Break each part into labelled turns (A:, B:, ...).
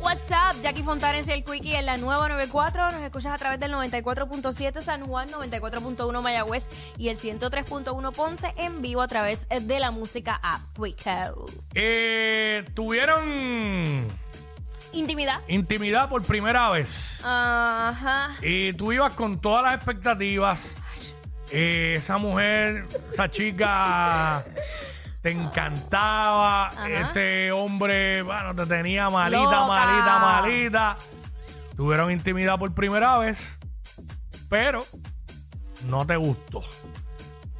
A: What's up, Jackie Fontanes y el Quickie en la nueva 94. Nos escuchas a través del 94.7 San Juan, 94.1 Mayagüez y el 103.1 Ponce en vivo a través de la música app. We go.
B: Eh, tuvieron
A: Intimidad.
B: intimidad por primera
A: Ah.
B: vez.
A: Ajá.
B: Y tú ibas con todas las expectativas. Eh, esa mujer, esa chica, te encantaba. Ese hombre, bueno, te tenía malita,
A: Loca.
B: malita, malita. Tuvieron intimidad por primera vez, pero no te gustó.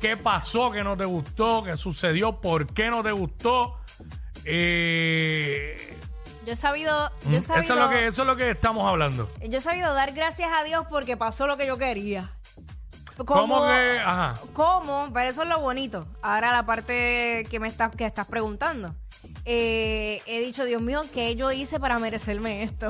B: ¿Qué pasó que no te gustó? ¿Qué sucedió? ¿Por qué no te gustó? Eh,
A: Yo he sabido.
B: Mm,
A: Yo he
B: Eso es,
A: sabido,
B: lo que, eso es lo que estamos hablando.
A: yo he sabido dar gracias a Dios porque pasó lo que yo quería. Como-
B: ¿Cómo que? Ajá.
A: ¿Cómo? Pero eso es lo bonito. Ahora la parte que me estás, que estás preguntando. Eh, he dicho, Dios mío, ¿qué yo hice para merecerme esto?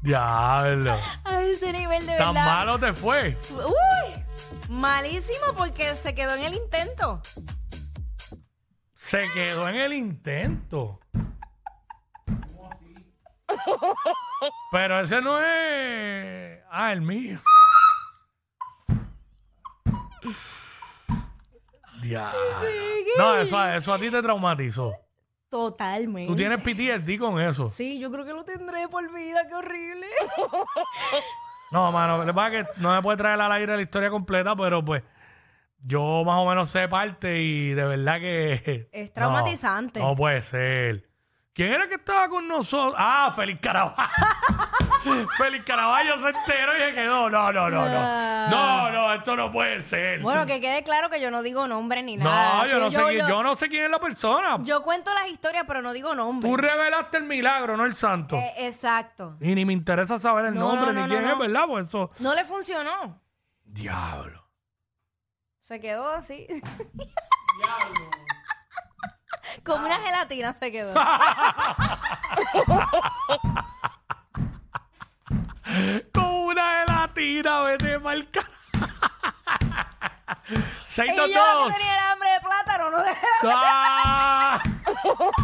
B: Diablo.
A: A ese nivel de
B: Tan
A: verdad.
B: malo te fue.
A: Uy, malísimo porque se quedó en el intento.
B: Se quedó en el intento. Pero ese no es. Ah, el mío. Diablo. No, eso, a- eso a ti te traumatizó.
A: Totalmente.
B: Tú tienes PTSD con eso.
A: Sí, yo creo que lo tendré por vida, qué horrible.
B: No, mano, lo que pasa es que no me puede traer al aire la historia completa, pero pues yo más o menos sé parte y de verdad que...
A: Es traumatizante.
B: No, no puede ser. ¿Quién era que estaba con nosotros? Ah, Félix Caraballo. Félix Caraballo se enteró y se quedó. No, no, no, no. No, no, esto no puede ser.
A: Ah. Bueno, que quede claro que yo no digo nombre ni nada.
B: no, yo
A: Sí,
B: no, sé quién, yo no sé quién es la persona.
A: yo cuento las historias, pero no digo nombres.
B: Tú revelaste el milagro, no el santo.
A: Eh, exacto.
B: y ni me interesa saber el
A: no,
B: nombre
A: no,
B: ni
A: no,
B: quién
A: no.
B: es, ¿verdad? Pues eso...
A: No le funcionó.
B: Diablo.
A: Se quedó así. Como una gelatina se quedó.
B: Ah, con una gelatina, vete mal ca-
A: y yo
B: 622.
A: no tenía el hambre de plátano, no dejé.
B: Ah.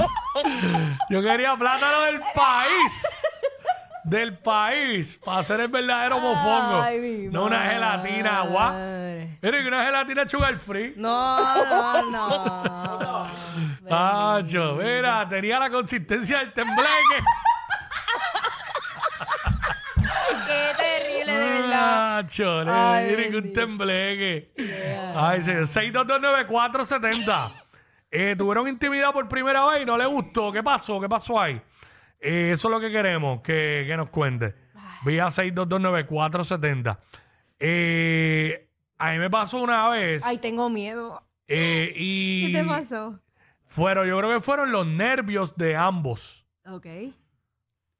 B: Yo quería plátano del país. Del país. Para ser el verdadero mofongo.
A: Ay, mi
B: No una gelatina agua.
A: madre.
B: Mira, que una gelatina sugar free.
A: Mm, No, no, no. mm,
B: Tacho, mira, tenía la consistencia del tembleque.
A: Qué terrible, de
B: Ah.
A: verdad.
B: Nacho, le-
A: Ay,
B: miren que un
A: bendito.
B: tembleque. Ay, señor. 6229470. Eh, tuvieron intimidad por primera vez y no le gustó. ¿Qué pasó? ¿Qué pasó ahí? Eh, eso es lo que queremos que, que nos cuente. Vía 6229470. Eh, a mí me pasó una vez.
A: Ay, tengo miedo.
B: eh, y
A: ¿Qué te pasó?
B: Fueron, yo creo que fueron los nervios de ambos.
A: Ok.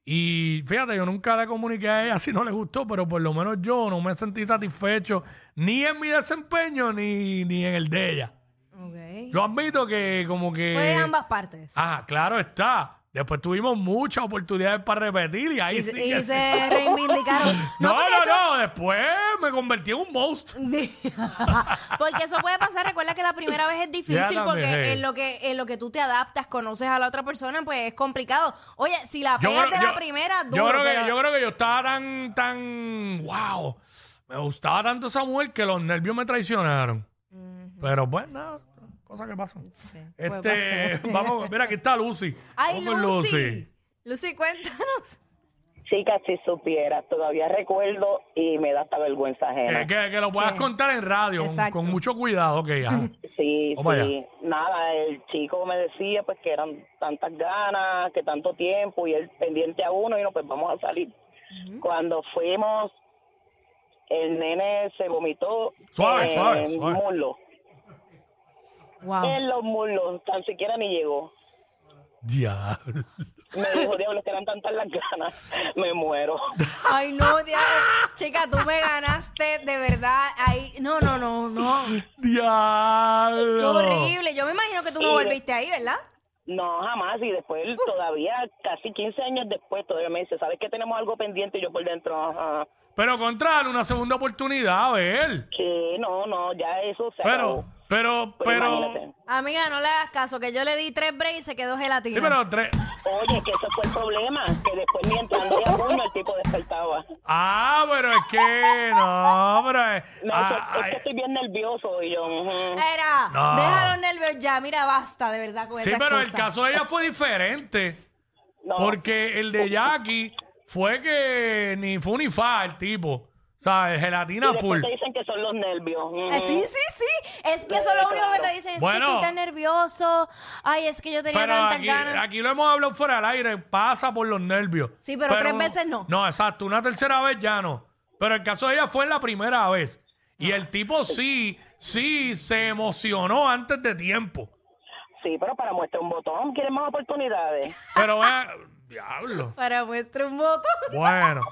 B: Y fíjate, yo nunca le comuniqué a ella si no le gustó, pero por lo menos yo no me sentí satisfecho ni en mi desempeño ni, ni en el de ella.
A: Ok.
B: Yo admito que como que...
A: Fue de ambas partes.
B: Ah, claro está. Después tuvimos muchas oportunidades para repetir y ahí
A: y
B: sí
A: y
B: que sí.
A: se reivindicaron.
B: No, no,
A: porque
B: no,
A: eso-
B: después me convertí en un most.
A: porque eso puede pasar. Recuerda que la primera vez es difícil
B: Ya también,
A: porque
B: hey.
A: en lo que en lo que tú te adaptas, conoces a la otra persona, pues es complicado. Oye, si la pegas de la primera, duro,
B: yo creo que,
A: pero-
B: yo creo que yo estaba tan, tan, wow, me gustaba tanto esa mujer que los nervios me traicionaron. Pero pues nada, cosas que pasan.
A: Sí, pues puede
B: Este,
A: pasar.
B: vamos, mira, aquí está Lucy.
A: Ay,
B: Vamos con
A: Lucy. Lucy. cuéntanos.
C: Chicas, si supieras, todavía recuerdo y me da hasta vergüenza ajena.
B: Eh, que, que lo puedas
A: Sí.
B: contar en radio, con,
A: Exacto.
B: con mucho cuidado. Ok, ajá.
C: Sí,
B: Vamos
C: sí. Nada, el chico me decía pues que eran tantas ganas, que tanto tiempo y él pendiente a uno y no, pues vamos a salir. Cuando fuimos, el nene se vomitó
B: Suave,
C: en
B: suave, suave.
C: muslo.
A: Wow. Ah.
C: En los muslos, tan siquiera ni llegó.
B: Diablo.
C: Me dijo, diablo, que eran tantas las ganas. Me muero.
A: Ay, no, diablo. Chica, tú me ganaste de verdad. Ahí, no, no, no, no. Oh. Qué
B: Diablo.
A: horrible. Yo me imagino que tú no volviste ahí, ¿verdad?
C: No, jamás. Y después, él todavía, casi 15 años después, todavía me dice, ¿sabes que tenemos algo pendiente? Y yo por dentro, ajá.
B: Pero contrale una segunda oportunidad, a ver.
C: Que no, no, ya eso se
B: Pero,
C: acabó.
B: pero,
C: Pues
B: pero.
C: imagínate.
A: Amiga, no le hagas caso, que yo le di tres breaks y se quedó gelatina.
B: Sí, pero tres.
C: Oye, que ese fue el problema. Que después, mientras andaba a puño, el tipo despertaba.
B: Ah, pero es que no, pero. eh,
C: Me dice,
B: ah,
C: es
B: ah,
C: que estoy bien nervioso. Y yo, ujú.
A: Era,
B: No.
A: déjalo nervios ya, mira, basta, de verdad, con
B: sí,
A: esas
B: pero el
A: cosas.
B: caso de ella fue diferente.
C: no.
B: Porque el de Jackie fue que ni fue ni fa el tipo. O sea,
C: Y
B: gelatina full.
C: después te dicen que son los nervios. ujú.
A: Eh, sí, sí, sí. Es que eso es lo único que te dicen. Es
B: Bueno.
A: que estoy tan nervioso. Ay, es que yo tenía
B: Pero
A: tantas
B: aquí,
A: ganas.
B: aquí lo hemos hablado fuera del aire, pasa por los nervios.
A: Sí, pero tres veces no.
B: No, exacto, una tercera vez ya no. Pero el caso de ella fue la primera vez. Y el tipo sí, sí se emocionó antes de tiempo.
C: Sí, pero para muestra un botón, ¿quieren más oportunidades?
B: Pero vea, diablo.
A: Para muestra un voto.
B: Bueno,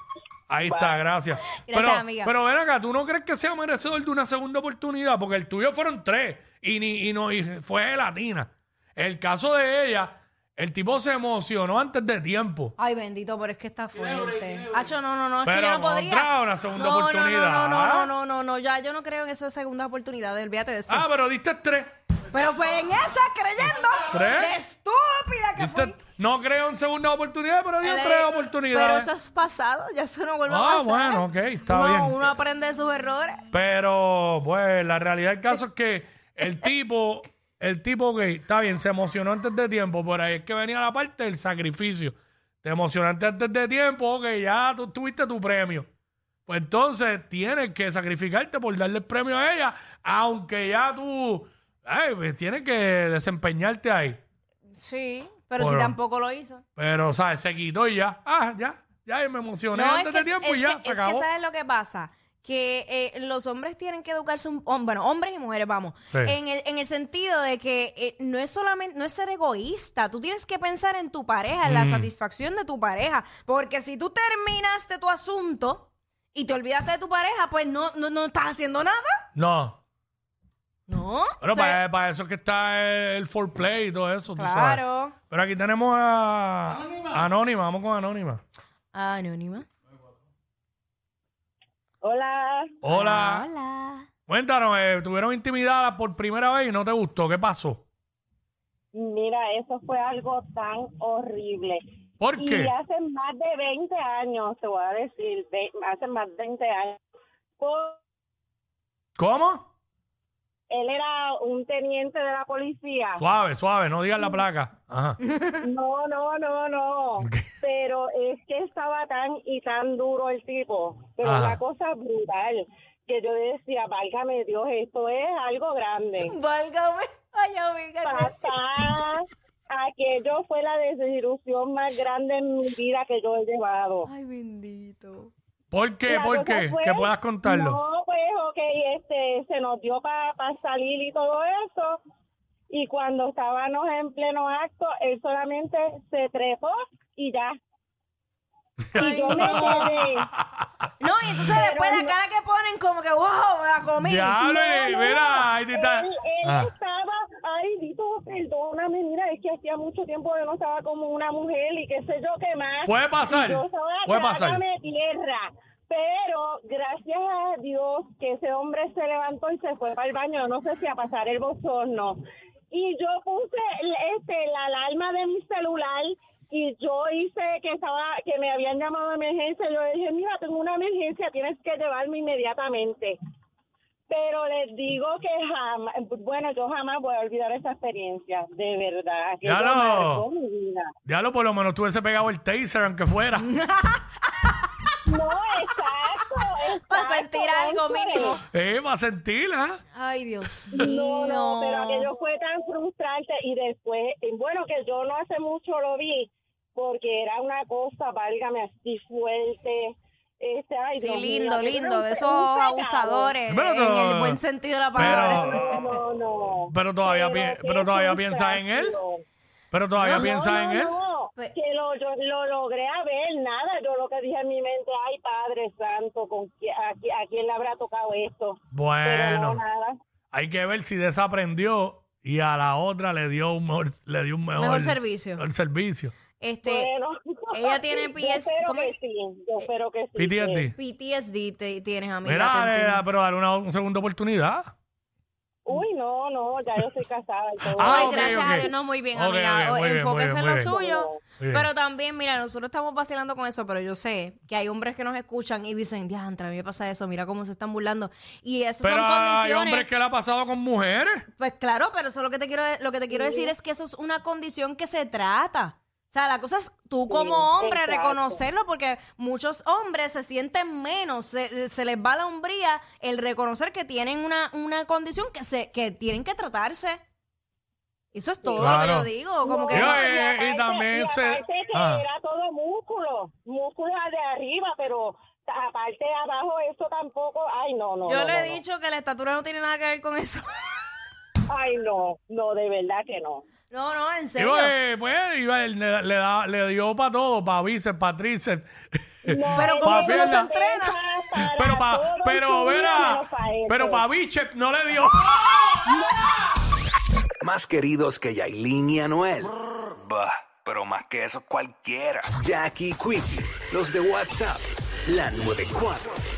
B: ahí está, gracias. pero,
A: amiga.
B: Pero ven acá, ¿tú no crees que sea merecedor de una segunda oportunidad? Porque el tuyo fueron tres y, ni, y, no, y fue gelatina. El caso de ella, el tipo se emocionó antes de tiempo.
A: Ay, bendito, pero es que está fuerte. Hacho, no, no, no, es que
B: Pero
A: yo no podría.
B: contra una segunda
A: no,
B: oportunidad.
A: No, no, no, no, no, no, no, ya yo no creo en eso de segunda oportunidad, olvídate de eso.
B: Ah, pero diste tres.
A: pero fue en esa creyendo.
B: ¿Tres?
A: de Estúpida que fue.
B: Diste- no creo en segunda oportunidad, pero dio tres oportunidades.
A: Pero eso es pasado, ya eso no vuelve a
B: Ah,
A: pasar.
B: bueno, ok, está
A: Uno-
B: bien.
A: Uno aprende de sus errores.
B: Pero, pues, la realidad del caso es que el tipo, el tipo que está bien, se emocionó antes de tiempo, por ahí es que venía la parte del sacrificio. Te emocionaste antes de tiempo, que ya tú tuviste tu premio. Pues entonces tienes que sacrificarte por darle el premio a ella, aunque ya tú, ay, pues, tienes que desempeñarte ahí.
A: Sí, pero si
B: Bueno.
A: tampoco lo hizo.
B: Pero, ¿sabes? Se quitó y ya, ah, ya, ya, y me emocioné
A: No,
B: antes de tiempo
A: es
B: y ya,
A: que-
B: se
A: es que
B: acabó.
A: ¿sabes lo que pasa? Que eh, los hombres tienen que educarse, un, hom- bueno, hombres y mujeres, vamos,
B: Sí.
A: en, el, en el sentido de que eh, no es solamente, no es ser egoísta, tú tienes que pensar en tu pareja, en la
B: Mm.
A: satisfacción de tu pareja, porque si tú terminaste tu asunto y te olvidaste de tu pareja, pues no, no, no estás haciendo nada,
B: No,
A: ¿no?
B: pero
A: O sea,
B: para, para eso es que está el foreplay y todo pues, eso, tú sabes.
A: claro.
B: Pero aquí tenemos a Anónima, vamos con Anónima.
A: Anónima.
C: Hola.
B: Hola.
A: Hola.
B: Cuéntanos, eh, tuvieron intimidad por primera vez y no te gustó, ¿qué pasó?
D: Mira, eso fue algo tan horrible.
B: ¿Por
D: Y
B: qué?
D: hace más de 20 años, te voy a decir, ve- hace más de 20 años. pues, Por-
B: ¿Cómo?
D: Él era un teniente de la policía.
B: Suave, suave, no digas la placa. Ajá.
D: No, no, no, no.
B: Ok.
D: Pero es que estaba tan y tan duro el tipo. Pero
B: Ajá.
D: una cosa brutal que yo decía, válgame Dios, esto es algo grande.
A: Válgame. Ay, amiga.
D: Papá, aquello fue la desilusión más grande en mi vida que yo he llevado.
A: Ay, bendito.
B: ¿Por qué?
D: La
B: ¿Por
D: cosa
B: qué?
D: fue-
B: Que puedas contarlo.
D: pues, No, pues, ok, este, se nos dio para salir y todo eso. Y cuando estábamos en pleno acto, él solamente se trepó y ya. Y yo me quedé.
A: No, y entonces después la cara que ponen como que, wow, me la comí.
B: Diablo, eh, mira, ahí te está.
D: Él, él
B: Ah.
D: estaba, ay, Dito, perdóname, mira, es que hacía mucho tiempo que no estaba como una mujer y qué sé yo qué más.
B: Puede pasar,
D: Y yo estaba,
B: puede pasar.
D: "Trágame tierra. Pero gracias a Dios que ese hombre se levantó y se fue para el baño, no sé si a pasar el bochorno. Y yo puse el- este, la alarma de mi celular y yo hice que estaba que me habían llamado de emergencia. Yo le dije, mira, tengo una emergencia, tienes que llevarme inmediatamente. Pero les digo que jamás, bueno, yo jamás voy a olvidar esa experiencia, de verdad. que
B: Ya
D: eso
B: lo-
D: marcó mi vida.
B: Diablo, por lo menos tú hubiese pegado el taser, aunque fuera.
D: No, exacto. exacto
A: Para sentir algo
D: Gonzalo.
A: mínimo.
B: Eh, va a sentir, ¿eh?
A: Ay, Dios
D: No,
A: mío.
D: no, pero aquello fue tan frustrante y después, y bueno, que yo no hace mucho lo vi porque era una cosa, válgame, así fuerte. Este, ay,
A: Sí,
D: Dios mío,
A: lindo,
D: aquello era
A: lindo,
D: un-
A: de
D: un
A: esos
D: pecado.
A: abusadores,
B: Pero
A: en
B: no-
A: el buen sentido de la
B: pero-
A: palabra.
D: No, no, no.
B: Pero todavía pi-
D: qué
B: pero todavía piensas en él.
D: frustración.
B: Pero todavía piensas
D: no,
B: en
D: no,
B: él.
D: no,
A: Pues-
D: que lo, yo lo logré a ver, nada, yo lo que dije en mi mente, ay Padre Santo, ¿con qui- a, qui- a quién le habrá tocado esto? Pero no,
B: Bueno,
D: nada.
B: hay que ver si desaprendió y a la otra le dio un mejor, le dio un mejor,
A: Mejor servicio.
B: mejor servicio.
A: Este,
D: Bueno,
A: ella tiene
D: yo
A: pies-
D: espero
A: ¿cómo
D: que
A: es?
D: pues sí,
A: Eh,
D: yo espero que sí. que-
B: PTSD.
A: PTSD te- tienes, amiga.
B: Mira,
A: te
B: eh,
A: entiendo.
B: pero dale una, una segunda oportunidad.
D: Uy, no, no, ya yo estoy casada y todo.
B: Ah,
A: Ay,
B: ok,
A: gracias a
B: ok.
A: Dios, no, muy bien,
B: Ok,
A: amiga.
B: ok, muy bien,
A: Enfóquese
B: muy
A: en
B: bien,
A: lo
B: muy bien.
A: suyo.
B: Muy bien.
A: Pero también, mira, nosotros estamos vacilando con eso, pero yo sé que hay hombres que nos escuchan y dicen, diantre, a mí me pasa eso, mira cómo se están burlando. Y eso
B: Pero
A: son
B: hay
A: condiciones.
B: hombres que le ha pasado con mujeres.
A: Pues claro, pero eso es lo que te quiero, lo que te quiero decir es que eso es una condición que se trata. O sea, la cosa es tú como hombre
D: exacto.
A: reconocerlo, porque muchos hombres se sienten menos, se, se les va la hombría el reconocer que tienen una, una condición que se que tienen que tratarse. Eso es todo
B: Claro.
A: lo que yo digo. Como que
B: Yo,
A: no-
B: eh, y también se-
D: aparte que
B: ah.
D: era todo músculo, músculo de arriba, pero aparte de abajo eso tampoco, ay no, no.
A: yo
D: no,
A: le
D: no,
A: he
D: no.
A: dicho que la estatura no tiene nada que ver con eso.
D: Ay no, no, de verdad que no.
A: No, no, en serio.
B: Digo, eh, pues, iba, él le, le da- le dio para todo, para bíceps, para tríceps.
D: No,
A: Pero
D: él
A: como
B: Pa'
A: eso no se
B: pierna.
A: entrena.
D: para
B: pero para,
D: todo en
B: pero
D: su vida
B: verá,
D: menos pa' eso.
B: pero para bíceps no le dio.
E: Más queridos que Yailin y Anuel. Bah, pero más que eso cualquiera. Jackie Quickie, los de WhatsApp, la 94.